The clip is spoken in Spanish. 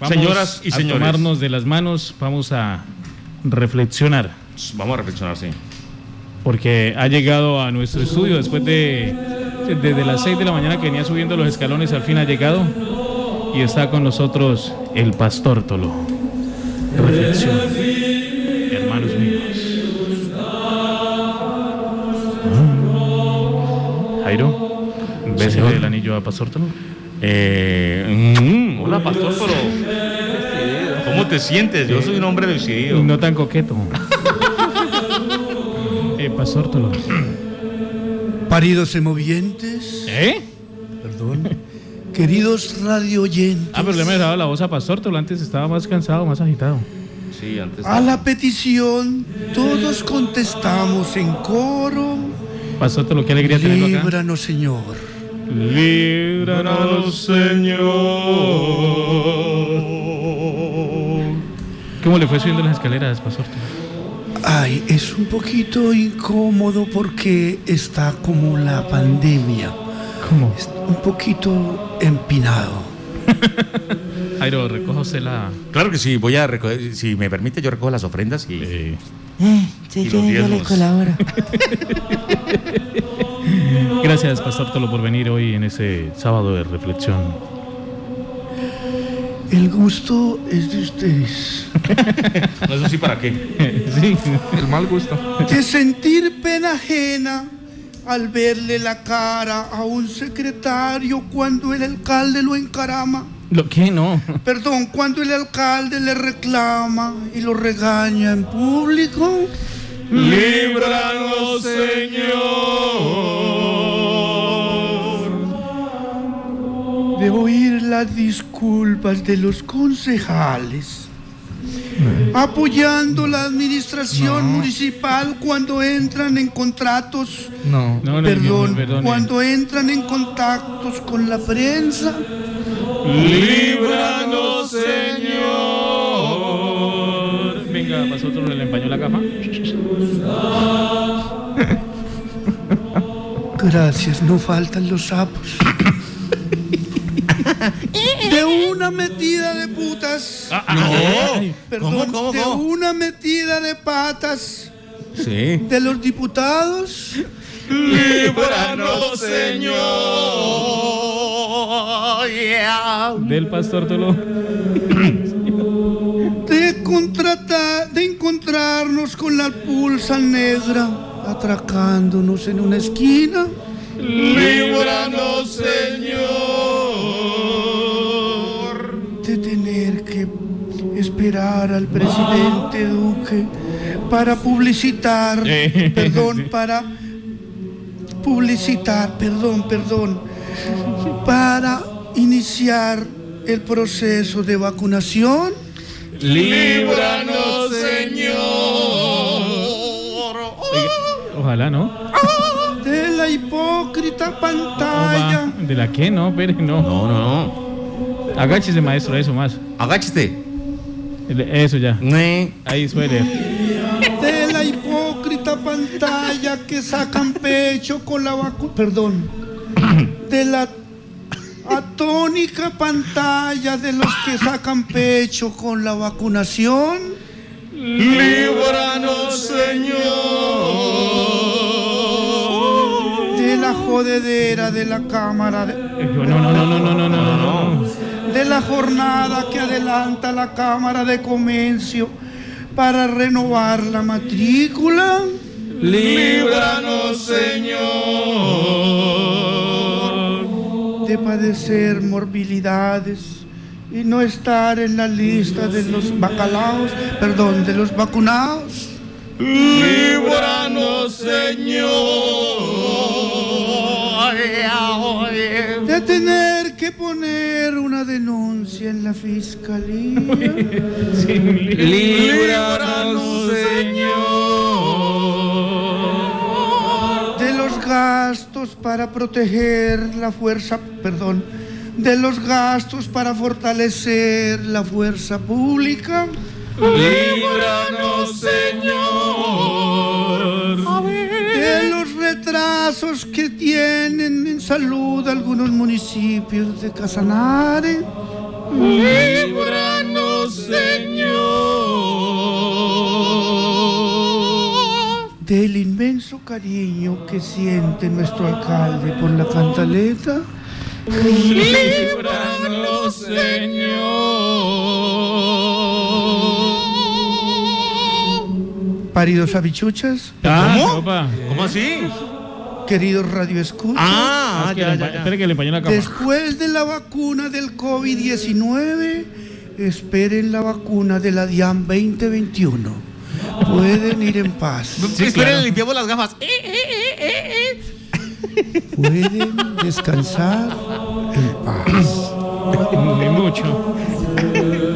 Vamos Señoras y a señores. tomarnos de las manos, vamos a reflexionar, Pues, Vamos a reflexionar, sí. porque ha llegado a nuestro estudio después de desde las 6 de la mañana que venía subiendo los escalones, al fin ha llegado y está con nosotros el pastor Tolo. Reflexión, hermanos míos. Ah. Jairo, ¿ves Señor. el anillo a pastor Tolo? Eh, mm, hola, pastor, pero. ¿Cómo te sientes? Yo soy un hombre decidido. No tan coqueto. eh, pastor Tolo. Paridos emovientes, ¿Eh? perdón, queridos radio oyentes, Ah, pero le hemos dado la voz a Pastor, pero antes estaba más cansado, más agitado. Sí, antes. a la petición todos contestamos en coro, Pastor, Tolo, qué alegría tenerlo acá. líbranos Señor. Líbranos, Señor. ¿Cómo le fue subiendo las escaleras, Pastor? Tolo? Ay, es un poquito incómodo porque está como la pandemia, ¿Cómo? es un poquito empinado. Jairo, recoja usted la... Claro que sí, voy a recoger, si me permite, yo recojo las ofrendas y. Eh, Eh, sí, Y yo, los yo le diezmos. colaboro. Gracias, Pastor Tolo, por venir hoy en ese sábado de reflexión. El gusto es de ustedes. No, eso sí, ¿para qué? sí. El mal gusto. de sentir pena ajena al verle la cara a un secretario cuando el alcalde lo encarama. ¿Lo qué? No. Perdón, cuando el alcalde le reclama y lo regaña en público. Líbranos, Señor. de oír las disculpas de los concejales, apoyando la administración municipal cuando entran en contratos, No. No, no, perdón, no, perdone. cuando entran en contactos con la prensa, Líbranos, Señor. Venga, Pastor Tolo, le empañó la capa. gracias, no faltan los sapos. De una metida de putas, No. perdón, ¿Cómo, cómo, de cómo? una metida de patas Sí. de los diputados. Líbranos, Señor. Yeah. Del Pastor Tolo. de contratar, de encontrarnos con la pulsa negra, atracándonos en una esquina, Líbranos, Señor. de tener que esperar al presidente Duque para publicitar, Eh, perdón, para publicitar, perdón, perdón, para iniciar el proceso de vacunación. Líbranos, Señor. Ojalá, ¿no? De la hipócrita Oba. pantalla. ¿De la qué? No, pero no. No, no, no. Agáchese, maestro, eso más. Agáchate. Eso ya. Ahí suele. de la hipócrita pantalla que sacan pecho con la vacuna. Perdón. De la atónica pantalla de los que sacan pecho con la vacunación. Líbranos, Señor. De la jodedera de la cámara. De, No, no, no, no, no, no, no, no, no. de la jornada que adelanta la cámara de comercio para renovar la matrícula. Líbranos, Señor. de padecer morbilidades y no estar en la lista de los bacalaos, perdón, de los vacunados, Líbranos, Señor. de tener que poner una denuncia en la fiscalía, Sí, Líbranos, Señor. de los gastos para proteger la fuerza, perdón, de los gastos para fortalecer la fuerza pública, Líbranos, Señor. de los retrasos que tienen en salud algunos municipios de Casanare. Líbranos, del inmenso cariño que siente nuestro alcalde por la cantaleta. Líbranos, Señor. Paridos habichuchas, ¿Cómo? opa. ¿Cómo así? queridos radioescuchas. Ah, Es que ya, le ya, empa- ya. Espere que le empañé la cama. Después de la vacuna del COVID-19, esperen la vacuna de la DIAN 2021. Pueden ir en paz. Sí, claro. esperen, limpiamos las gafas. Eh, Pueden descansar en paz. Ni mucho.